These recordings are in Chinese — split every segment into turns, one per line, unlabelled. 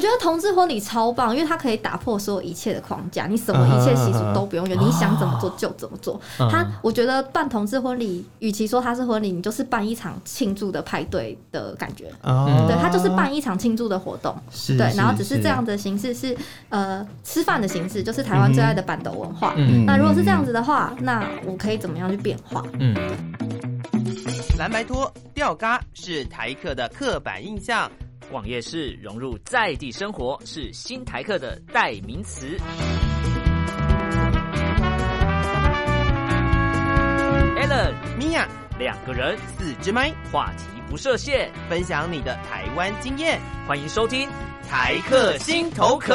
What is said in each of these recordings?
觉得同志婚礼超棒，因为它可以打破所有一切的框架，你什么一切习俗都不用有，你想怎么做就怎么做。
嗯
它，我觉得办同志婚礼，与其说它是婚礼，你就是办一场庆祝的派对的感觉。
哦，
对，它就是办一场庆祝的活动。
是，
对，
是
然后只是这样，的形式是呃吃饭的形式，就是台湾最爱的板斗文化。
嗯
那如果是这样子的话，那我可以怎么样去变化？
嗯，
蓝白拖、吊嘎是台客的刻板印象。
逛夜市融入在地生活是新台客的代名词。Allen
米娅，
两个人
四支麦，
话题不设限，
分享你的台湾经验，
欢迎收听。
台客心头壳。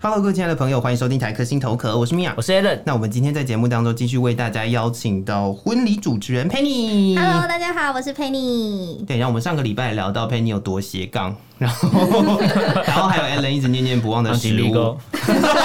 Hello，各位亲爱的朋友，欢迎收听台客心头壳，我是米娅
我。是 Allen，
那我们今天在节目当中继续为大家邀请到婚礼主持人 Penny。
Hello，大家好，我是佩妮。
对，然后我们上个礼拜聊到 Penny 有多斜杠，然后 然后还有 Allen 一直念念不忘的食物。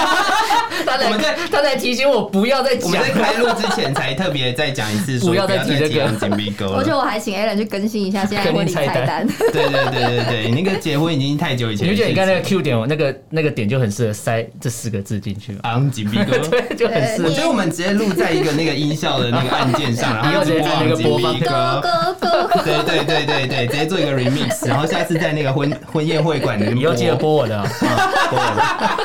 他
我们在
他在提醒我不要再
我们在开录之前才特别再讲一次说，
不要再提这个
金币哥
我
了
觉。得我还请 a l a n 去更新一下现在婚礼菜单。
对对对对对，那个结婚已经太久以
你
前
就
的事
觉
情了，
得你刚才那个 Q 点，那个那个点就很适合塞这四个字进去嘛，
昂金币哥。
对，就很适
我
合。
觉得我们直接录在一个那个音效的那个按键上，然后
直接在那个播放
金币哥
Go go go！
对对对对对，直接做一个 remix，然后下次在那个婚婚宴会馆里面
以后记得播我的、哦，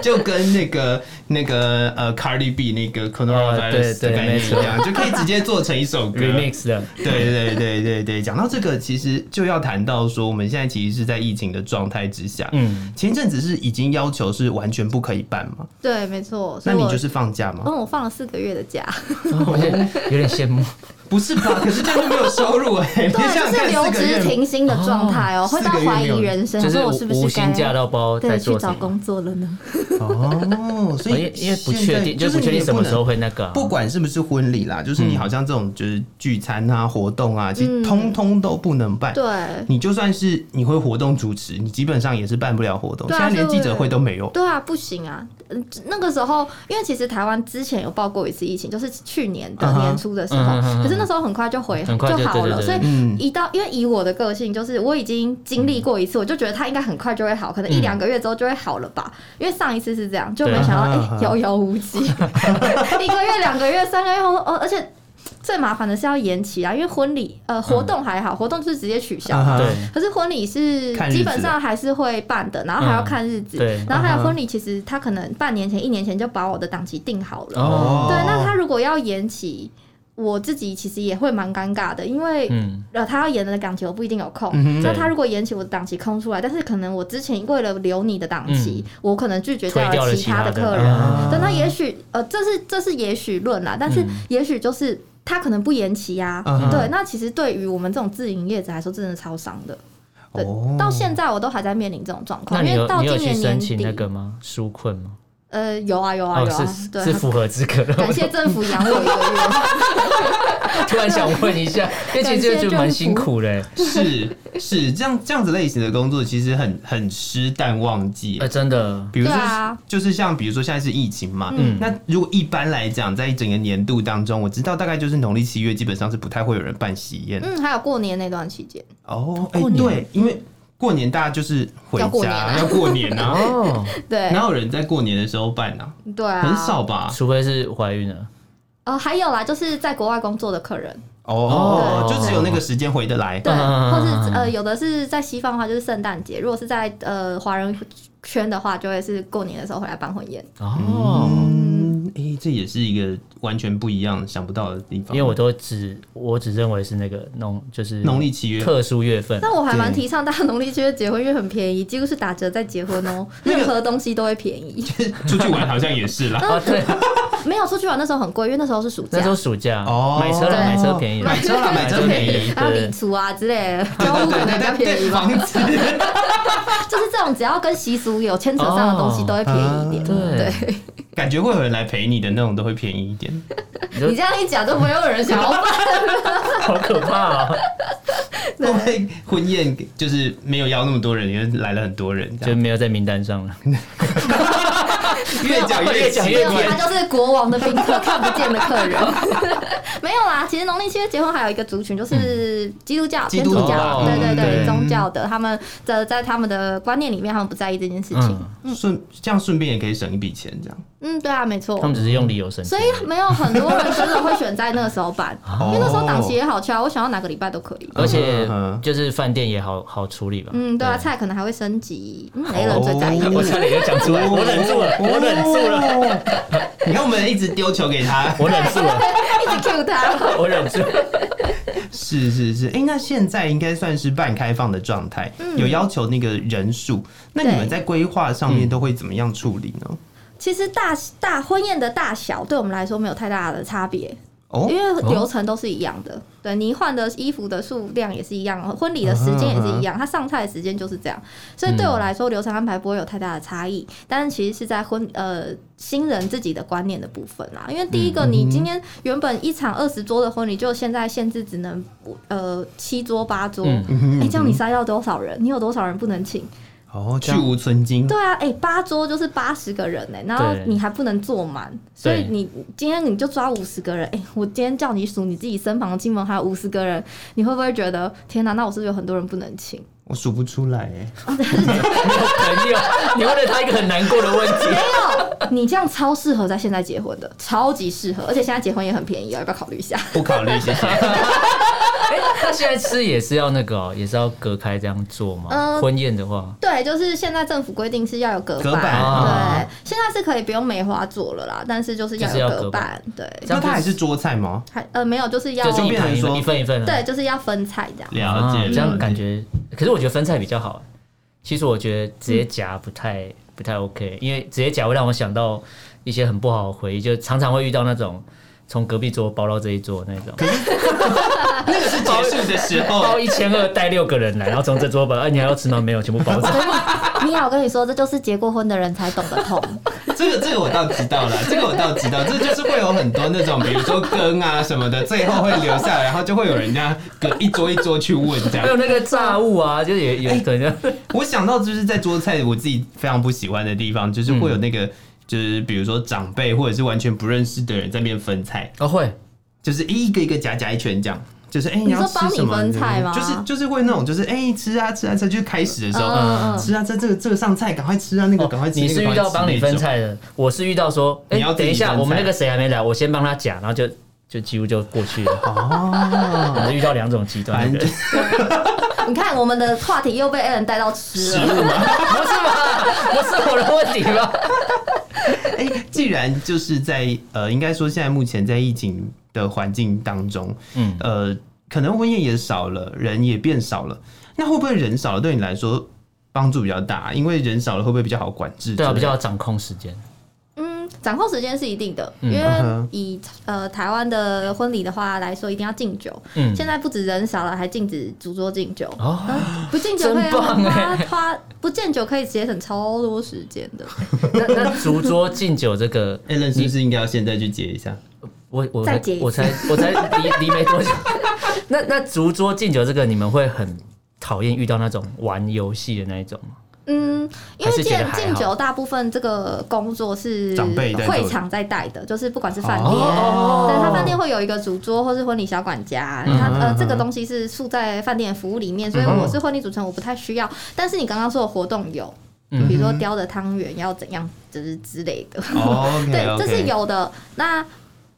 就跟那个那个呃 Cardi B 那个 Coronavirus
哦对对
的概念
没
一
错
样，就可以直接做成一首歌
remix 的，
对对对对对，讲到这个，其实就要谈到说，我们现在其实是在疫情的状态之下，
嗯，
前一阵子是已经要求是完全不可以办嘛，
对，没错。所
那
以
你
我
就是放假吗？
嗯，我放了四个月的 假，哦
我现在有点羡慕。
不 是吧？可是这样就没有收入哎、欸，你
对，啊
想想
就是
看，
留
四个
职
月。
停薪的状态哦，
四
会
个
到
月
怀
没有
疑人生，
就是
说我是不
无
是
薪
该
假到包在
对去
做什
找
么？
工作了呢？
哦，所以
因为因为不
现在
确定，
就
就是不确
你
定
也
什么
能
时候会嗯那个啊、
不管是不是婚礼啦，就是你好像这种就是聚餐啊、活动啊，其实
嗯
通通都不能办。
对。
你就算是你会活动主持，你基本上也是办不了活动。
对
现
啊
在连
所以
记
我
者会都没有。
对啊，不行啊！嗯那个时候，因为其实台湾之前有报过一次疫情，就是去年的
嗯哼
年初的时候，
嗯哼嗯哼
可是那时候很快就回
很快就
好了，
对对对
所以
嗯
一到因为以我的个性，就是我已经经历过一次，我就觉得它应该很快就会好，可能一两个月之后就会好了吧。因为上一次是这样，就没
嗯对嗯
想到哎、
啊哈
遥遥无 期，一个月、两个月、三个月后，哦，而且最麻烦的是要延期啊，因为婚礼呃活动还好，活动就是直接取消。
啊哈
对
可是婚礼是
看日子
基本上还是会办的，然后还要看日子，
啊嗯对
然后还
嗯哼
有婚礼，其实他可能半年前、一年前就把我的档期定好
啊
了。
哦，
对，那他如果要延期，我自己其实也会蛮尴尬的，因为、
嗯，
呃他要延的档期我不一定有空。
嗯哼
那
对
他如果延期我的档期空出来，但是可能我之前为了留你的档期，我可能拒绝
嗯推掉了
了
其
他
他的
客人。
啊
但他也许呃，这是这是也许论啦，但是
嗯
也许就是他可能不延期呀、
嗯哼
对，那其实对于我们这种自营业者来说，真的超伤的。对
哦
到现在我都还在面临这种状
嗯那
况，
你
因为
有
到
你有
今
去
年
申
年
请
底，
那个吗？纾困吗？
呃，有啊有啊
哦，
有啊，
是
对，
是符合资格的。
感谢政府养我一个月。
突然想问一下，因为其实这个就蛮辛苦的，欸
是是这样这样子类型的工作，其实很很吃淡啊旺季。
呃，真的，
比如说
对啊，
就是像比如说现在是疫情嘛，
嗯
那如果一般来讲，在整个年度当中，我知道大概就是农历七月，基本上是不太会有人办喜宴的。
嗯，还有过年那段期间，
哦，哎、对，因为过年大家就是回
要过年
家
啊
要过年 啊，
哦，
对
哪有人在过年的时候办啊？
对啊，
很少吧？
除非是怀孕了，
呃，还有啦，就是在国外工作的客人，
哦，
对
就只有那个时间回得来。
对，
嗯
或是呃，有的是在西方的话就是圣诞节，如果是在呃华人圈的话，就会是过年的时候回来办婚宴。
嗯哦，
嗯，哎、这也是一个完全不一样、想不到的地方。
因为我都只我只认为是那个农就是
农历七月
特殊月份，
但我还蛮
对
提倡大家农历七月结婚，因 为很便宜，几乎是打折再结婚哦，任何东西都会便 宜。
出去玩好像也 是啦。
啊，对，
没有出去玩那时候很贵，因为那时候是暑
那
假
时。候暑假
哦
买车了，
对
买车便宜了，
买车 啦买车便宜
还有
对
礼厨啊之类的，交屋可能比较便宜吧，
房子
就是这种只要跟习俗有牵扯上的东西都会便宜一点。
哦对
对，
感觉会有人来陪你的那种，都会便宜一点。
你这样一讲，就没有人想要办。
好可 怕哦，
会不会婚宴就是没有邀那么多人，因为来了很多人这
就
样，
没有在名单上了。
越讲
越
越讲
讲
没
越
越
有，
怪
他就是国王的宾客，看不见的客人。 没有啦，其实农历七月结婚还有一个族群，就是基督教、
嗯基
天
督
主
徒
教，啊
吧
对对
嗯
对，
对
宗教的，他们的在他们的观念里面，他们不在意这件事情。
嗯，
顺这样顺便也可以省一笔钱，这样。
嗯，对啊，没错
他。们只是用理由生气
所。以没有很多人真的会选在那个时候办，因
哦
为那时候档期也好敲，我想要哪个礼拜都可以。
而且
嗯嗯
就是饭店也好好处理吧。
嗯，对啊，菜可能还会升级，
哦
嗯，雷人最在意。
我差点就讲出来，我忍住了，我忍住了，
了。哦你看，我们一直丢球给他。
我忍住了，
一直 Q 他。
我忍住了。
是是是，哎、那现在应该算是半开放的状态，
嗯
有要求那个人数。那你
对
们在规划上面都会怎么样处理呢？
其实大大婚宴的大小对我们来说没有太大的差别，
哦
因，为流程都是一样的。对你换的衣服的数量也是一样，婚礼的时间也是
啊
一样，他上菜的时间就是这样。所以对
嗯
我来说，流程安排不会有太大的差异。但是其实是在婚呃新人自己的观念的部分啦，因为第一个，
嗯
你今天原本一场二十桌的婚礼，就现在限制只能呃七桌八桌。
嗯
哎、这样你塞到多少人？你有多少人不能请？
哦，去无存金。
对啊，哎、八桌就是八十个人呢、欸然后
对
你还不能坐满，所以
对
你今天你就抓五十个人，哎、我今天叫你数你自己身旁的亲朋还有五十个人，你会不会觉得天哪？那我是不是有很多人不能请？
我数不出来哎。
没有朋友， 你问了他一个很难过的问题。
你这样超适合在现在结婚的，超级适合，而且现在结婚也很便宜，哦要不要考虑一下？
不考虑，谢谢。
那现在吃也是要那个哦，也是要隔开这样做吗？
嗯
婚宴的话，
对，就是现在政府规定是要有隔
隔
板，
板
啊
对，现在是可以不用梅花做了啦，但是就是
就是
要
要
有
隔
隔
板
板，对，
这
那
样就
他还是桌菜吗？
还呃没有，就是要
就是一
变成
盘一
说
份一份一份啊
对，就是要分菜这样。
了解，
啊这
了
样
解
感觉。可是我觉得分菜比较好。其实我觉得直接夹不太、不太 OK，因为直接夹会让我想到一些很不好的回忆，就常常会遇到那种从隔壁桌包到这一桌那种，
那个是结束的时
包
候。
一千二带六个人来，然后从这桌包， 哎、你还要吃吗？没有，全部包 走。
米娅，我跟你说，这就是结过婚的人才懂得痛。
这个这个我倒知道了，这个我倒知道，这就是会有很多那种，比如说羹啊什么的，最后会留下来，然后就会有人家隔一桌一桌去问这样
还。有那个炸物啊，就也也可能
我想到就是在桌菜，我自己非常不喜欢的地方，就是会有那个，就是比如说长辈或者是完全不认识的人在那边分菜，
哦会，
就是一个一个夹夹一圈这样。就是哎、你要
说
吃
帮你
什么？
分菜吗
就是就是会那种，就是哎、吃啊吃啊吃啊，就是开始的时候，
嗯嗯嗯
吃啊这这个这个上菜，赶快吃啊那个
哦
赶快吃。
你是遇到帮你分
菜，
菜的，我是遇到说，哎、
你要自
等
己
一下，
分菜
我们那个谁还没来，我先帮他夹，然后就就几乎就过去了。哦， 我们遇到两种极端
反
的
正
人
就，
嗯你看，我们的话题又被 a l n 带到吃
食
了。
物嘛。
不是吧？不是我的问题吧？
哎、 既然就是在呃，应该说现在目前在疫情的环境当中，
嗯
呃，可能婚宴也少了，人也变少了，那会不会人少了对你来说帮助比较大？因为人少了会不会比较好管制之类的？
对啊，比较掌控时间。
嗯，掌控时间是一定的，因
嗯
为
哼
以呃台湾的婚礼的话来说，一定要敬酒。
嗯
现在不止人少了，还禁止主桌敬酒。
哦
嗯不敬酒可以
真棒
花
欸
花，不敬酒可以节省超多时间的。
那那竹桌敬酒这个，
a l 是不是应该要现在去结一 下？
我我
再
才
结一次
我才我才离离没多久。那那竹桌敬酒这个，你们会很讨厌遇到那种玩游戏的那一种吗？
嗯，因
还
为
是觉
敬
得还
敬
好
酒大部分这个工作是
长辈在做的
会场在带的，就是不管是饭店，
哦嗯
对他饭店会有一个主桌或是婚礼小管家，他呃这个东西是附在饭店的服务里面，所以我是婚礼主持人，我不太需要。但是你刚刚说的活动有，
嗯
比如说雕的汤圆要怎样，就是之类的。
哦
对
OK，OK
这是有的。那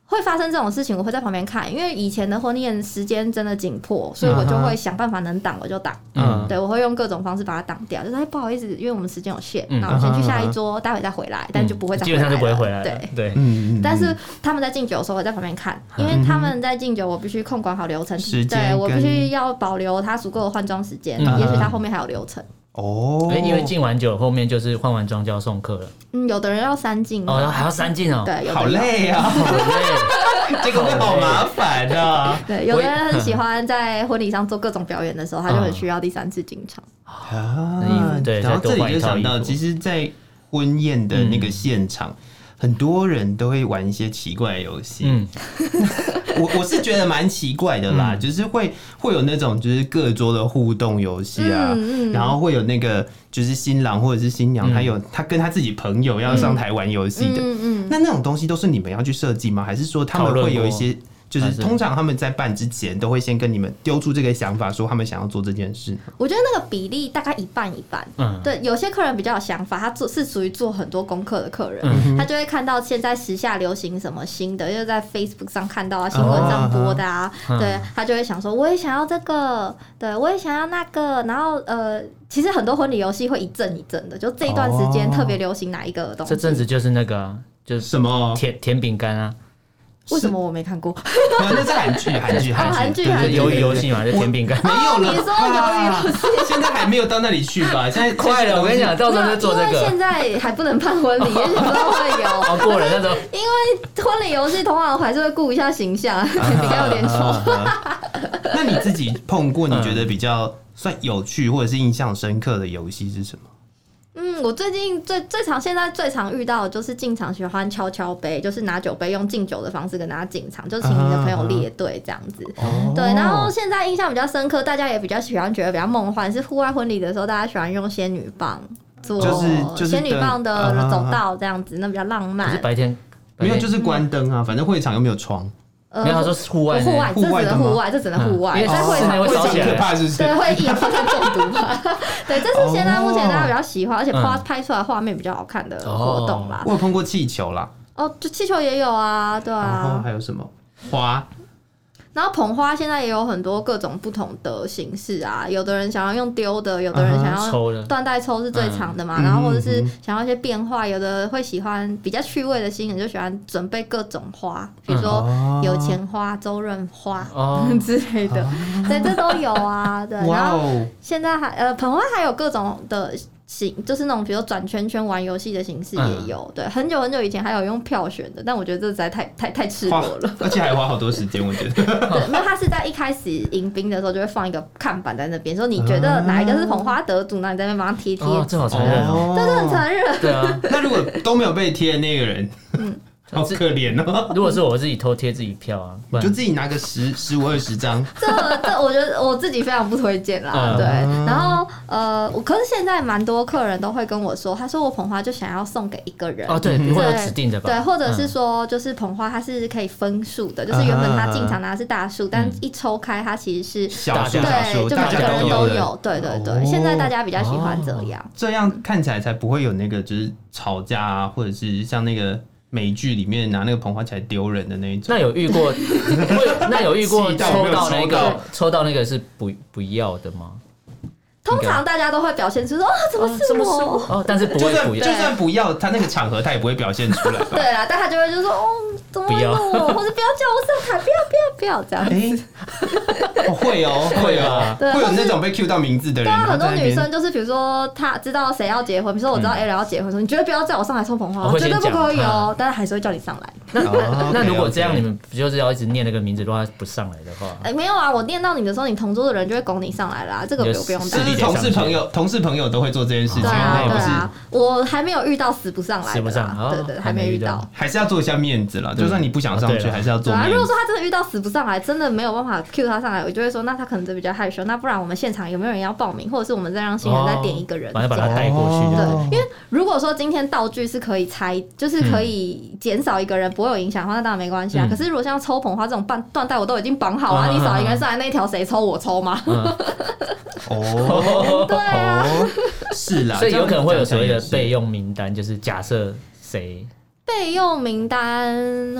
会发生这种事情，我会在旁边看，因为以前的婚宴时间真的紧迫，
嗯
所以我就会想办法能挡我就挡。
嗯
对，我会用各种方式把它挡掉，就是哎不好意思，因为我们时间有限，
嗯
那我先去下一桌，待会再回来，但就不会再
基本上就不会回来
了
了
对。。
对，
嗯
但是他们在敬酒的时候，我在旁边看，
嗯
因为他们在敬酒，我必须控管好流程，
时间
对我必
跟
须要保留他足够的换装时间，
嗯
也许他后面还有流程。
哦
哎，因为敬完酒后面就是换完妆就要送客了，
嗯，有的人要三敬，啊
哦，然后还要三敬哦，
对，有的
好
人
累啊，
好累，
这个会好麻烦啊。
对，有
我
的
也
人很喜欢在婚礼上做各种表演的时候，他就很需要第三次进场。
啊
对
然后
再多
这
换
里
一
就
套
想
衣
到，
服嗯
其实，在婚宴的那个现场。很多人都会玩一些奇怪的游戏，
嗯，
我我是觉得蛮奇怪的啦，
嗯
就是会会有那种就是各桌的互动游戏啊，
嗯嗯
然后会有那个就是新郎或者是新娘，
嗯
他有他跟他自己朋友要上台玩游戏的，
嗯嗯，
那那种东西都是你们要去设计吗？还是说他们会有一些就是
还是
通常他们在办之前都会先跟你们丢出这个想法，说他们想要做这件事。
我觉得那个比例大概一半一半。
嗯
对，有些客人比较有想法，他做是属于做很多功课的客人，
嗯
他就会看到现在时下流行什么新的，又在 Facebook 上看到啊，新闻上播的啊，
嗯
对他就会想说，我也想要这个，对我也想要那个，然后呃，其实很多婚礼游戏会一阵一阵的，就这一段时间
哦
特别流行哪一个东西，
这阵子就是那个啊、就是
什么？
甜甜饼干啊，
为什么我没看过？
啊那是韩剧，韩剧，
哦
韩
韩
剧，
剧
哎对
韩
就是
剧哦
鱿鱼游戏嘛，就甜饼干。
没有了吧。啊
你说鱿鱼游戏
现在还没有到那里去 吧？现在
快了，我跟你讲，，到时候就哦做这
因为现
个。
在还不能办婚礼，也许之后会有。
哦，过了那时候，
因为婚礼游戏通常还是会顾一下形
啊
象， 比较有点丑。
那你自己碰过你觉得比较算有趣或者是印象深刻的游戏是什么？
嗯，我最近最最常现在最常遇到的就是进场喜欢敲敲杯，就是拿酒杯用敬酒的方式跟大家进场，就请你的朋
啊
友列队这样子。
哦
嗯对，然后现在印象比较深刻，大家也比较喜欢觉得比较梦幻，是户外婚礼的时候，大家喜欢用仙女棒做
就是就是
仙女棒的
灯啊
走道这样子，那比较浪
可是
漫。
白天
没有，就是是关灯啊，反正会场又没有窗，
呃
没有，他说是户外呢，
户外，这
户外
只
的
能
吗
户外，这只能户
嗯
外，
因为
在会
室内
场
哦
会烧起来
可怕是不是？
对，会引发中毒嘛？ 对，这是现在目前大家比较喜欢，而且
哦
拍拍出来画面比较好看的活动啦。
我有碰过气球啦，
哦，就气球也有啊，对
然后
啊。
还有什么花？
然后捧花现在也有很多各种不同的形式啊，有的人想要用丢的，有的人想要。
抽的。
缎带抽是最长的嘛，
嗯
然后或者是想要一些变化，有的会喜欢比较趣味的新人就喜欢准备各种花，比如说
哦
有钱花、周润花、
哦，
之类的，对，这都有啊。对，然
哇
后
哦！
现在还呃，捧花还有各种的形，就是那种比如转圈圈玩游戏的形式也有。
嗯
对，很久很久以前还有用票选的，但我觉得这实在太太太赤裸
花
了。，
而且还花好多时间，我觉得。
对， 没有，他是在一开始迎宾的时候就会放一个看板在那边，说你觉得哪一个是捧花得主，那你在那边帮他 贴贴
哦，
纸。
这好残忍哦。
这是很残忍，
对啊，
那如果都没有被贴的那个人，好可怜哦。
如果是我自己偷贴自己票啊，不
就
然
自己拿个十十五二十张，
这这我觉得我自己非常不推荐啦
嗯。
对，然后呃，我可是现在蛮多客人都会跟我说，他说我捧花就想要送给一个人，
哦对，
嗯
会有指定的吧？
对，或者
嗯
是说，就是捧花它是可以分数的，就是原本它进场拿的是大数，但一抽开它其实是。
小数小
对，
数，
就
大
每个
家
人
有
都
的
有，对对
哦
对，现在大家比较喜欢这样。
这样看起来才不会有那个就是吵架啊，或者是像那个美剧里面拿那个捧花起来丢人的那一种。
那有遇过， 会那有遇 过
气到
抽到
没有抽到
那个抽到那个是不不要的吗？
通常大家都会表现出说啊，怎么是我？
哦，但是不
就
会
算
不
就
要。
算不要，他那个场合他也不会表现出来 吧。
对啦，但他就会就说哦，怎么会
不
是
要
我？或者不要叫我上台，不要不要不要这样。
哎、哦会哦，会哦，
对
会有那种被 Q 到名字的
对
人，
啊，
然后
很多
在那
女
边
生就是比如说她知道谁要结婚，比如说我知道 L 要结婚，说你绝对不要叫我上台抽捧
我
花，
会
绝
先
对不可以
讲
哦，但是还是会叫你上来。
哦
那如果
OK，OK
这样，你们不就是要一直念那个名字，如果他不上来的话，
哎、没有啊，我念到你的时候，你同桌的人就会拱你上来啦，这个
你
不
的
用不用
势
担
就
力
心。
是同事朋友，同事朋友都会做这件事情，
对啊
那也
对
不是。
啊，我还没有遇到死不上来
使
的
不
啦，
上？
对对，还没遇到。。
还是要做一下面子啦，就算你不想上
哦
去，
对啦
还是要
对
做
啊，
面
如果
子
说。他真的遇到死不上来，真的没有办法 cue 他上来，我就会说，那他可能就比较害羞。那不然我们现场有没有人要报名，或者是我们再让新人再点一个人
反正哦把
这样
他带过
对
去。就
哦，
因为如果说今天道具是可以拆，就是可以减少一个人，不会有影响的话，那当然没关系啊。
嗯
可是如果像抽捧花这种半断带，我都已经绑好了，
嗯
你少一个人上来，那一条谁抽我抽吗？
哦，
对啊，
哦是啦，
所以有可能会有所谓
这
的
样讲起来也
备
是
用名单，就是假设谁
备用名单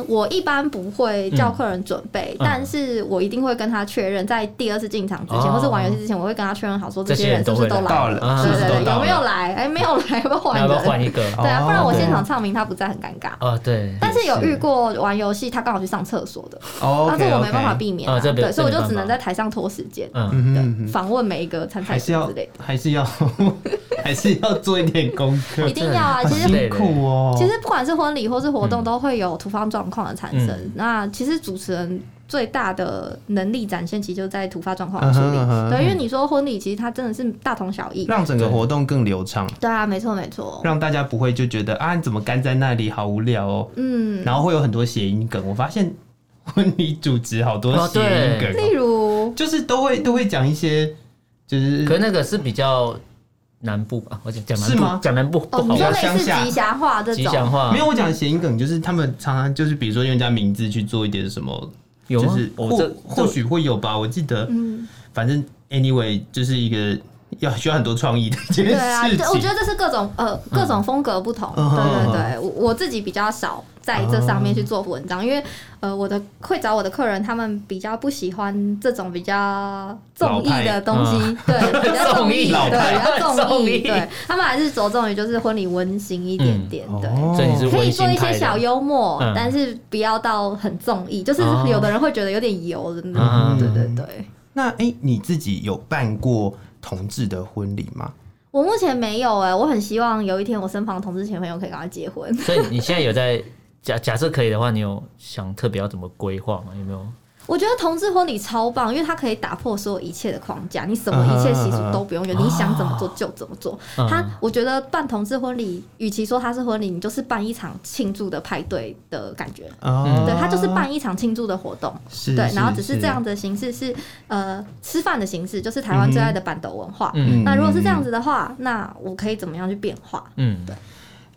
我一般不会叫客人准备，
嗯
但是我一定会跟他确认，在第二次进场之前，
哦
或是玩游戏之前，我会跟他确认好说这
这
些
些人
人是不是
都
都
会
来
到
了，
了，
嗯
对
是
对
都
对，
到
有
了
没有？来？哎，没有来，要不要
那
换
要不要
人？
换一个？
对啊，不然我
哦
现场唱名他不在很尴尬。
哦，对，
但是有
也
遇
是
过玩游戏，他刚好去上厕所的，
哦
那这
OK，
我没办法
OK
避免
哦
啊，
这没
对，所以我
这没
就
办法
只能在台上拖时间，
嗯，
嗯
对
哼，
访问每一个参赛
还是
者
要
之类的，
还是要 还是要做一点功课
一，定要啊。
好
其实
辛
累
苦哦。
其实不管是婚礼或是活动，
嗯
都会有突发状况的产生。
嗯
那其实主持人最大的能力展现，其实就在突发状况的处理。
嗯哼嗯哼
对，因为你说婚礼，其实它真的是大同小异。
让整个活动更流畅，
对啊，没错没错。
让大家不会就觉得啊，你怎么干在那里，好无聊哦。
嗯，
然后会有很多谐音梗，我发现婚礼主持好多
哦
谐音梗哦，
例如
就是都会都会讲一些，就是
可那个是比较南部吧，我讲讲
是
南
吗
部，讲南部不
哦，
好
你说
玩，
类
乡
似
下
吉祥话这
吉祥
种，
话
没有我讲谐音梗，就是他们常常就是比如说用人家名字去做一点什么。
有吗
就是
我
或
这
或许会有吧，我记得，
嗯，
反正 anyway 就是一个要需要很多创意的一件
对啊，
事情。
对我觉得这是各种呃各种风格不同，
嗯
对对
嗯
对，我我自己比较少在这上面去做文章，因为呃我的会找我的客人，他们比较不喜欢这种比较综艺的东西，对，比较综艺，
老派
对，比较综艺，
综艺
对他们还是着重于就是婚礼温馨一点点，对。
哦
所以你是
可以
温馨
做一些
派的
小幽默，
嗯
但是不要到很综艺，就是
哦
有的人会觉得有点油的那
嗯
种。对对对，
那哎、诶你自己有办过同志的婚礼吗？
我目前没有哎、我很希望有一天我身旁同志前朋友可以跟他结婚。
所以你现在有在假假设可以的话，你有想特别要怎么规划吗？有没有？
我觉得同志婚礼超棒，因为它可以打破所有一切的框架，你什么一切习俗都不用有，你想怎么做就怎么做。
嗯
它，我觉得办同志婚礼，与其说它是婚礼，你就是办一场庆祝的派对的感觉。
哦嗯
啊，
对，它就是办一场庆祝的活动。
是，
对，然后只是这样的形式是呃吃饭的形式，就是台湾最爱的板斗文化。
嗯
那如果是这样子的话，那我可以怎么样去变化？
嗯，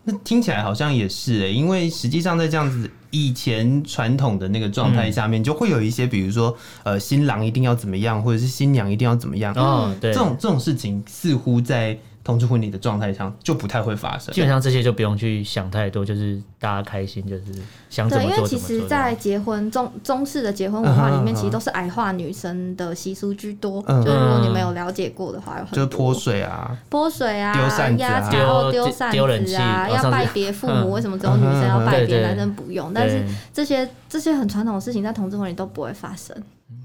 那听起来好像也是、欸，因为实际上在这样子以前传统的那个状
嗯
态下面，就会有一些，比如说呃，新郎一定要怎么样，或者是新娘一定要怎么样，
哦，对，
这种这种事情似乎在同志婚礼的状态上就不太会发生
基。本上这些就不用去想太多，就是大家开心，就是想怎
对，
么
因为
做
其
怎么
实，
做。
在结婚中中式的结婚文化里
嗯哼嗯哼
面，其实都是矮化女生的习俗居多。
嗯
就是如果你们有了解过的话，有很多
就是泼水啊，
泼水啊、
丢扇子啊
压茶哦、
丢
丢扇
丢人
子
气
啊，
哦上
要
次
拜别父母，
嗯
为什么只有女生要拜
嗯
别，
对对
男生不用？但是
对，
这些这些很传统的事情，在同志婚礼都不会发生。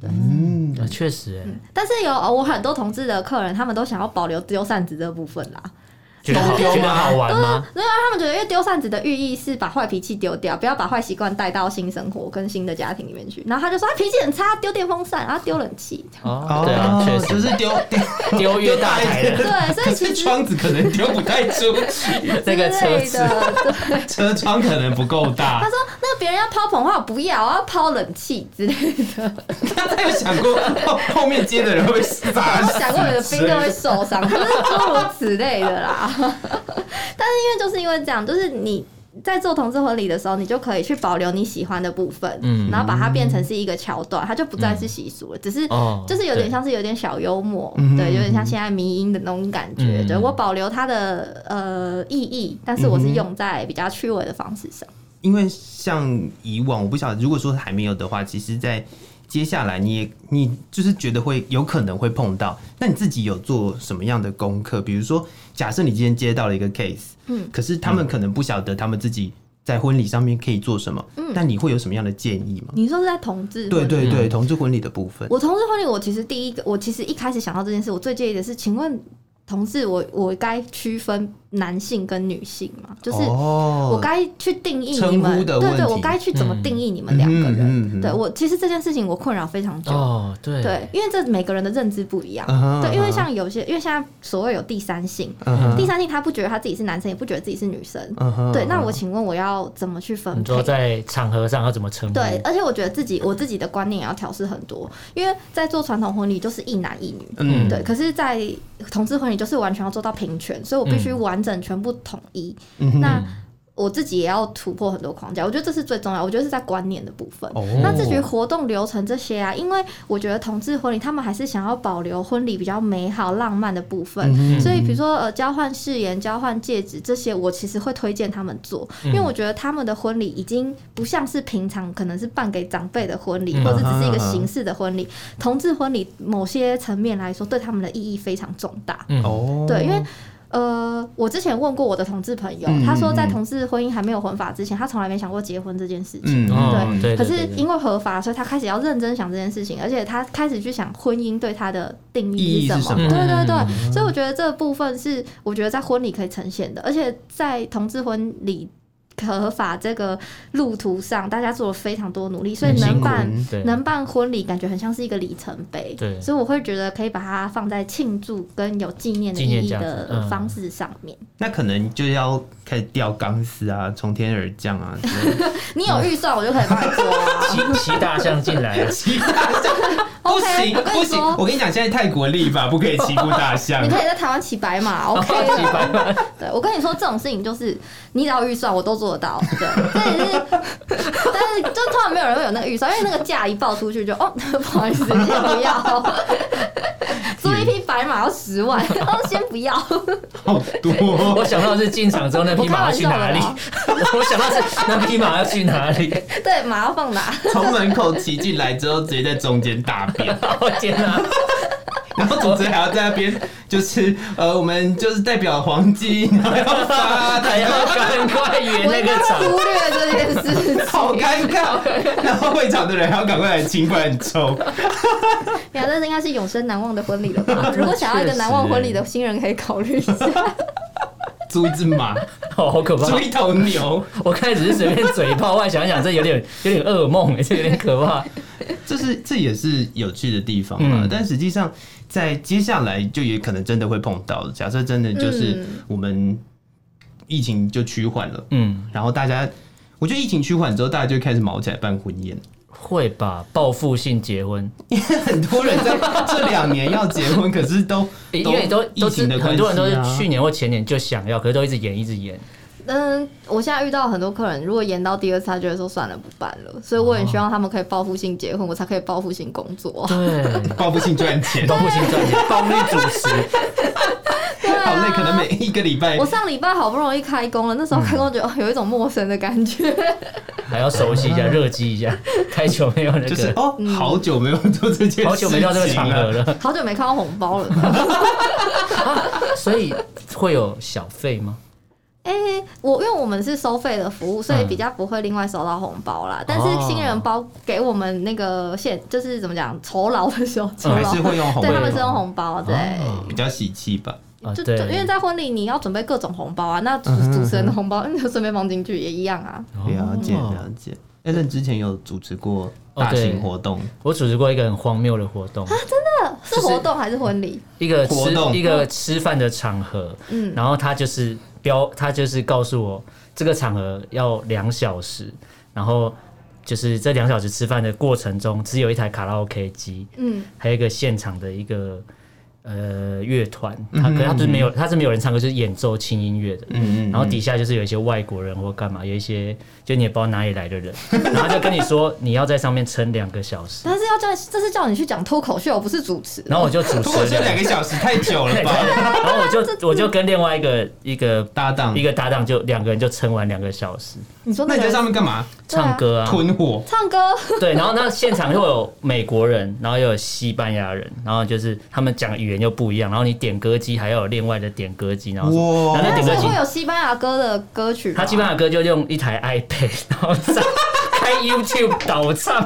嗯，
呃确实、欸，
但是有呃我很多同志的客人，他们都想要保留丢扇子这部分啦，
觉得好
丢吗
觉得好玩吗？
因为他们觉得，因为丢扇子的寓意是把坏脾气丢掉，不要把坏习惯带到新生活跟新的家庭里面去。然后他就说他啊脾气很差，丢电风扇，然后丢冷气。
哦
哦，，
对啊，确
就
实
是 丢丢
哦
丢越大台 的
对，所以
可
其
是
实
窗子可能丢不太出 去，
那个
之
车
类
子，
的，对
车窗可能不够
他
大。
说那别人要抛捧花，我不要，我要抛冷气之类的。
他他有想过后后面接的人会傻
我想过有的兵都会受伤，就是诸如此类的啦。但是因为就是因为这样，就是你。在做同志婚礼的时候，你就可以去保留你喜欢的部分，
嗯
然后把它变成是一个桥段，它就不再是习俗了，只是
哦
就是有点像是有点小幽默，
嗯
对，有点像现在迷音的那种感觉。
嗯
对我保留它的呃意义，但是我是用在比较趣味的方式上。
因为像以往，我不晓得，如果说还没有的话，其实，在接下来你也你就是觉得会有可能会碰到，那你自己有做什么样的功课？比如说，假设你今天接到了一个 case，嗯
嗯，
可是他们可能不晓得他们自己在婚礼上面可以做什么，嗯，但你会有什么样的建议吗？
你说是在同志婚
对
礼
对对，同志婚礼的部分，
我同事婚礼，我其实第一个，我其实一开始想到这件事，我最介意的是，请问同事我，我该区分男性跟女性吗？就是
哦
我该去定义你
称呼
们，
的
对
问题
对，我该去怎么定义你们两个
嗯嗯嗯嗯
人？对我其实这件事情我困扰非常久，
哦，对，
对，因为这每个人的认知不一样
嗯哼，
对，因
嗯
为
哼
像有些，因为现在所谓有第三性
嗯哼，
第三性他不觉得他自己是男生，也不觉得自己是女生
嗯哼，
对，那我请问我要怎么去分
你
配
说？在场合上要怎么称呼？
对，
嗯
而且我觉得自己我自己的观念也要调试很多，因为在做传统婚礼就是一男一女，
嗯
对，可是，在同志婚礼就是完全要做到平权，所以我必须完整全部统一。
嗯
那我自己也要突破很多框架，我觉得这是最重要，我觉得是在观念的部分。
哦
那至于活动流程这些啊，因为我觉得同志婚礼他们还是想要保留婚礼比较美好浪漫的部
嗯
分，所以比如说呃交换誓言、交换戒指这些，我其实会推荐他们做，因
嗯
为我觉得他们的婚礼已经不像是平常可能是办给长辈的婚
嗯
礼，或者只是一个形式的婚礼。同志婚礼某些层面来说，对他们的意义非常重大。
哦，
对，因为呃，我之前问过我的同志朋友，
嗯
他说
嗯
在
嗯
同志婚姻还没有婚法之前，他从来没想过结婚这件事情。
嗯
哦，对，
可
对
是
对对
因为合法，所以他开始要认真想这件事情，而且他开始去想婚姻对他的定
意义
义
是
是
什
什
么
么。对对
嗯
对，所以我觉得这部分是我觉得在婚礼可以呈现的，而且在同志婚礼合法这个路途上，大家做了非常多努力，所以
很辛
能
苦
办
对
能办婚礼，感觉很像是一个里程碑。
对
所以我会觉得可以把它放在庆祝跟有纪念的
纪念
意义
价值
的
嗯
方式上面。
那可能就要开始吊钢丝啊，从天而降 啊之类的，
你有预算，我就可以帮你做啊。
骑骑大象进来了，
其他不
OK，
行
我跟
不
你
行
说，
我跟你讲，现在泰国立法不可以欺负大象
你。可以在台湾骑白马，OK 的。对，我跟你说，这种事情就是你只要有预算，我都做得到。对，但是但是就突然没有人会有那个预算，因为那个价一报出去就哦， 不好意思，先不要。租一匹白马要十万，哦，先不要。
好多哦、
我想到是进场之后那匹马要去哪里
我开玩，
我想到是那匹马要去哪里。
对，马要放哪？
从门口骑进来之后，直接在中间大 便，
我天哪！
然后总之还要在那边，就是呃，我们就是代表黄金，然后要发
还要赶快圆
我
那
应该
个
会
场。
忽略这件事情。
好尴 尬。然后会场的人还要赶快来清，不然很臭。
呀，这应该是永生难忘的婚礼了 吧？如果想要一个难忘婚礼的新人，可以考虑一下。
租一只马，
哦，好可怕
租！一头牛，
我开始是随便嘴炮，后来想一想，这有点有点噩梦， 哎，这有点可怕。
这是这也是有趣的地方嘛。
嗯
但实际上，在接下来就也可能真的会碰到。假设真的就是
嗯
我们疫情就趋缓了，
嗯，
然后大家，我觉得疫情趋缓之后，大家就开始毛起来办婚宴。
会吧？报复性结婚，
很多人在这两年要结婚，可是都
因为都
疫
都是
情的关
很
系啊
多人都是去年或前年就想要，可是都一直延，一直延。
嗯，我现在遇到很多客人，如果延到第二次，他就会说算了，不办了。所以我很希望他们可以报复性结婚，我才可以报复性工作。
对，
报复性赚 钱，
报复性赚钱，暴力主 持，
对
好累，可能
啊。
每一个礼拜
我上礼拜好不容易开工了，那时候开工觉得、哦有一种陌生的感觉，
还要熟悉一 下，热机一下。太久没有那
就是
个，
哦，好久没有做这件事情了，
嗯好久没到这个场合 了，啊
好久没看到红包了。
所以会有小费吗？
哎、我因为我们是收费的服务，所
嗯
以比较不会另外收到红包啦。但
哦
是新人包给我们那个现就是怎么讲酬劳的时候，酬
嗯还
劳、
是会用红
对他们
包，
是用红包，对。
比较喜气吧。
啊，
就就
对，
嗯因为在婚礼你要准备各种红包啊，那
嗯
主主持人的红包嗯你就顺便放进去也一样啊。
了解
哦
了解。艾伦之前有主持过大型活动，
我组织过一个很荒谬的活
啊
动，
哦
是活动还是婚礼？
一个吃
活动
一个吃饭的场合，
嗯
然后他就是标，他就是告诉我这个场合要两小时，然后就是这两小时吃饭的过程中，只有一台卡拉 OK 机，
嗯，
还有一个现场的一个呃乐团，他可是他就是没有，他是没有人唱歌，就是演奏轻音乐的，
嗯嗯，
然后底下就是有一些外国人或干嘛，有一些就你也不知道哪里来的人， 然后就跟你说你要在上面撑两个小时，
但是要叫这是叫你去讲脱口秀，不是主持。
然后我就主
如 果
持
这
人
两个小时太久了吧？
然后我就我就跟另外一个一个
搭档
一，个搭档，就两个人就撑完两个小时
你说
那你在
个
上面干嘛？
对啊
唱歌啊，
吞火，
唱歌，
对，然后那现场又有美国人，然后又有西班牙人，然后就是他们讲的语言又不一样，然后你点歌机还要有另外的点歌机，然后什么
哇
然后
但
那点
是
歌机
会有西班牙歌的歌曲吗。
他西班牙歌就用一台 iPad，然 后上开 YouTube 导唱，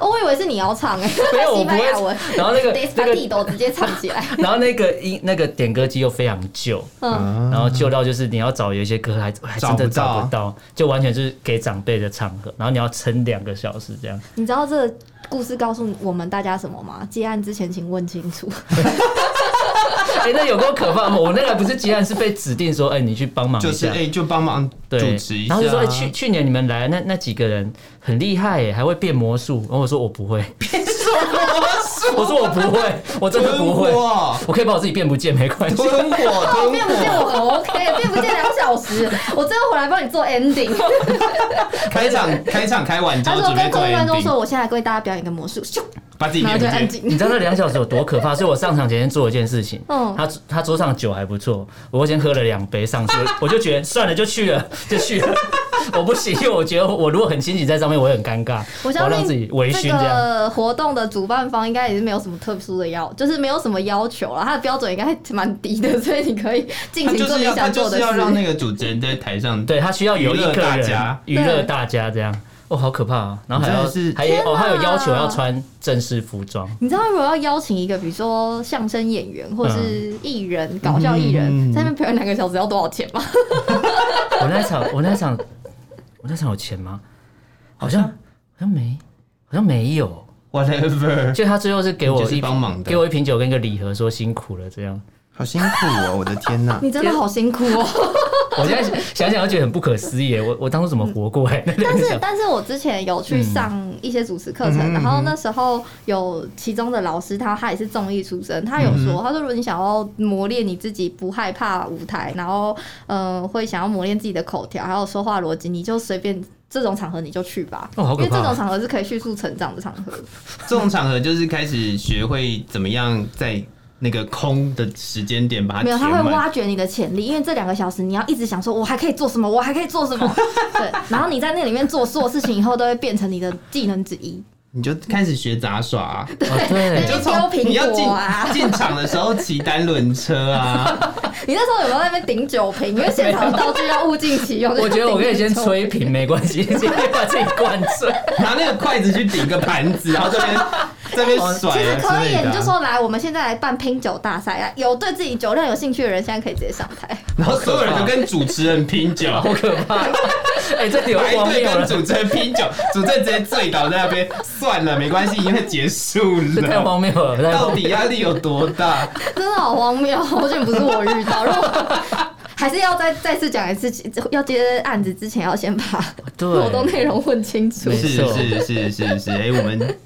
哦，我以为是你要唱哎，
没有我
西
不
班
会
牙文。，
然后那个那个
Despacito 直接唱 起来，
然后那个音那个点歌机又非常旧，
嗯，
然后旧到就是你要找有一些歌还还真的找
找
不
不
到，就完全就是给长辈的场合，然后你要撑两个小时这样。
你知道这个故事告诉我们大家什么吗？接案之前请问清 楚。
哎、那有多可怕吗？我那个不是接案，是被指定说，哎、你去帮忙
就
一
是
下。
哎，就帮忙
对
主持一，下。
然后就说、哎，去去年你们来那那几个人很厉害耶，还会变魔术。然后我说我不会， 我说我不会，我真的
吞
不会，
火，
我可以把我自己变不见没关系。
吞火，
变
吞
不见我很 OK，变不见两小时，我最后回来帮你做 ending。
开场开场开完之
他
后
说
准备
跟
做
各位观众
ending，
说，我现在来为大家表演一个魔术，咻，
把自己
然后
变
就安
不见。
静。
你知道那两小时有多可怕？所以我上场前先做一件事情，
嗯
他他桌上酒还不错，我先喝了两杯上去，我就觉得算了，就去了，就去了。 我不行，因为我觉得我如果很清醒在上面，我会很尴尬，
我
要
相
让自己
信
微醺
这
这样。
个活动的主办方应该也是没有什么特殊的要，就是没有什么要求啦，他的标准应该蛮低的，所以你可以尽
他
情
就
做
是
你
要他
想做
就
的
是要让
事。
那个主持人在台上
对他需要有一
娱乐
个
大
人
家
娱乐大家这样，哦，好可怕啊！然后还要
你真的是
还有哦，
天哪
还有要求要穿正式服装，
你知道如果要邀请一个，比如说相声演员或是艺人、搞笑艺
嗯
人，在那边表演两个小时要多少钱 吗？
我那一场，我那一场，我那一场有钱吗？好像好像没，好像没有。
whatever，
就他最后是给我
你就是
一
帮忙的
给我一瓶酒 跟一个礼盒，说辛苦了这样。
好辛苦哦，我的天哪！
你真的好辛苦哦！
我现在想想，都觉得很不可思议耶。我我当初怎么活过来？
但是， 但是我之前有去上一些主持课程，
嗯
然后那时候有其中的老师他，他也是综艺出身，他有
嗯
说，他说如果你想要磨练你自己不害怕舞台，然后呃会想要磨练自己的口条，还有说话逻辑，你就随便这种场合你就去吧，
哦好
因
可怕
为这种场合是可以迅速成长的场合。
这种场合就是开始学会怎么样在那个空的时间点
啊
把它
没有，他
填
会
满
挖掘你的潜力，因为这两个小时你要一直想说，我还可以做什么，我还可以做什 么，对，然后你在那里面做所有事情以后，都会变成你的技能之一。
你就开始学杂耍、 啊。
哦
你
对
你就
丢苹
你要进
果啊
进场的时候骑单轮 车啊，
你那时候有没有在那边顶酒瓶？因为现场的道具要物尽其用。
我觉 得我可以先
吹。
吹瓶，没关系，先把自己灌醉。
拿那个筷子去顶个盘子，然后这 边这边甩
哦其实
啊
可
之
以，
类的
你
啊、
就说来，我们现在来办拼酒大赛啊！有对自己酒量有兴趣的人，现在可以直接上 台。
然后所有人就跟主持人拼 酒，
好可怕！哎，这里有
排
荒
队
谬
跟
了，
主持人拼酒，主持人直接醉倒在那边，算了，没关系，因为结束
这太
了。
荒谬了，太荒
到底压力有多大？
真的好荒谬，我觉得不是我遇 到，如果还是要再再次讲一次，要接案子之前要先把
对
活动内容问清楚
没。
是
错
是是是是，哎、我们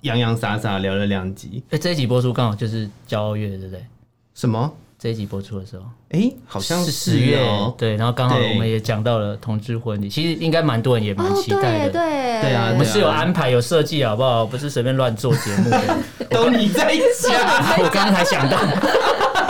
洋洋洒洒聊了两集，
哎，这一集播出刚好就是骄傲月，对不对？
什么？
这一集播出的时候，
哎、好像
是四月
哦。
对，然后刚好
对
我们也讲到了同志婚礼，其实应该蛮多人也蛮
哦，
期待
对
的。
对
对啊
我们是有安排有设计好不好？不是随便乱做节目 的。
都你在讲，
我刚刚才想到，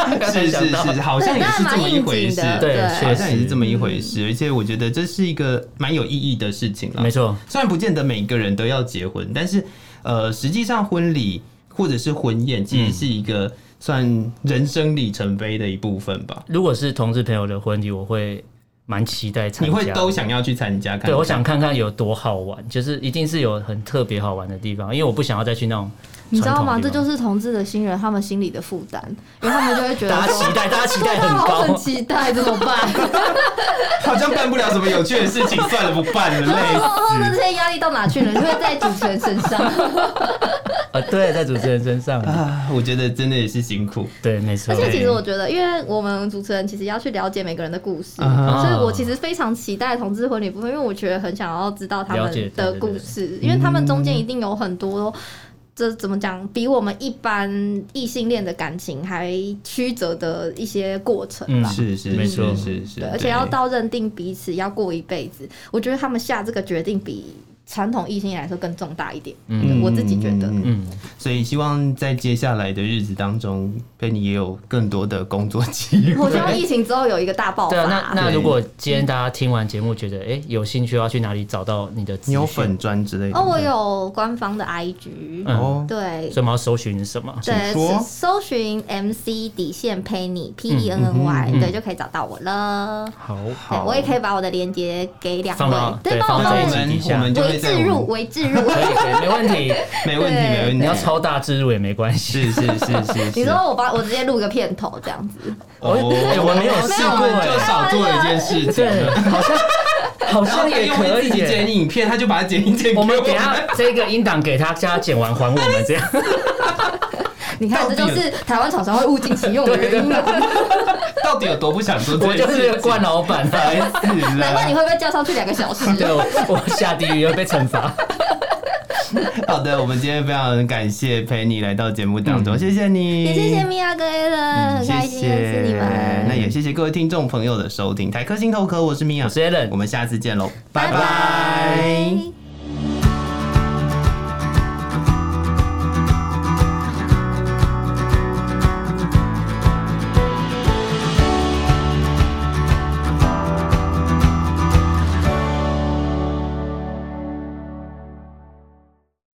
刚刚才
是
想
是
到，
是，好像也是这么一回
对那，蛮应景
事
的
对，
对
好
确
像也是
实
这么一回事，而且我觉得这是一个蛮有意义的事情了。
没错。
虽然不见得每个人都要结婚，但是呃，实际上婚礼或者是婚宴，其
嗯
实是一个算人生里程碑的一部分吧。
如果是同志朋友的婚礼，我会蛮期待参
你
加。
会都想要去参加看看？
对，我想看看有多好玩，就是一定是有很特别好玩的地方，因为我不想要再去那种
你知道吗？
传统
这
的地
就
方
是同志的新人他们心里的负担，因为他们就会觉得
大家
说
期待，大家期
对
待
啊
很
我很
高。
期 待，怎么办？
好像办不了什么有趣的事情， 算了，不办了，累
哦哦，那
死。
这些压力到哪去了？就会在主持人身 上。
呃，对，在主持人身上，
啊，我觉得真的也是辛苦。
对，没错
而。且其实我觉得，因为我们主持人其实要去了解每个人的故事，
啊
所以我其实非常期待同志婚礼部分，因为我觉得很想要知道他
了解
们
对
的
对对嗯
故事，因为他们中间一定有很多。这怎么讲？比我们一般异性恋的感情还曲折的一些过程
嗯
吧。
是是，
没错
是是是
对，，而且要到认定彼此要过一辈子，我觉得他们下这个决定比传统异性恋来说更重大一点。
嗯
我自己觉得，
嗯
嗯，
所以希望在接下来的日子当中，佩妮也有更多的工作 机
我希
会。
望疫情之后有一个大爆发。
对啊，那那
对
如果今天大家听完节目，觉得哎、诶有兴趣，要去哪里找到你的资
你
讯
有粉砖之类的
哦，我有官方的 IG，、
嗯
哦，
对
所以我们要搜寻什 么？
对，
说
搜搜寻 MC 底线 Penny P E N N
嗯
Y，、对，就可以找到我了。
好，
对，我也可以把我的链接给两
放到
位，
对
帮我
那
放
哦我
在一
放
起
们
底
我
下
们就会
为
在
置入，
我
为置 入。
可以，可以，没 问题。
们没问
对
题没问
你
题
要，超大置入也没关系。
是是是是，
你
是
说我把我直接录个片头这样子，
哦，
哎我没有试过
我们就少做了一件事情
对，
了。
好像好
然后
像
他
也
用为
可
自
以
己
耶。
剪影片，他就把它剪一剪给
我
我
们
们。
等一下这个音档给他，叫他剪完还我们这样。
你看
到
这
底
就是台湾厂商会物尽其用的原因嘛？
到底有多不想做这
我
件
就
事情？
是冠老板
烦
啊。
死
难怪你
了。
会被叫上去两个小 时。
对，我我下地狱要被惩罚。
好的，我们今天非常感谢陪你来到节目当中，谢谢
嗯
你，
也谢谢米娅跟 A 了，很
嗯谢
开心认识
谢
你们。
那也谢谢各位听众朋友的收听，台科心头壳，我是米娅，
我是 Alan
我们下次见喽，拜
拜
拜
拜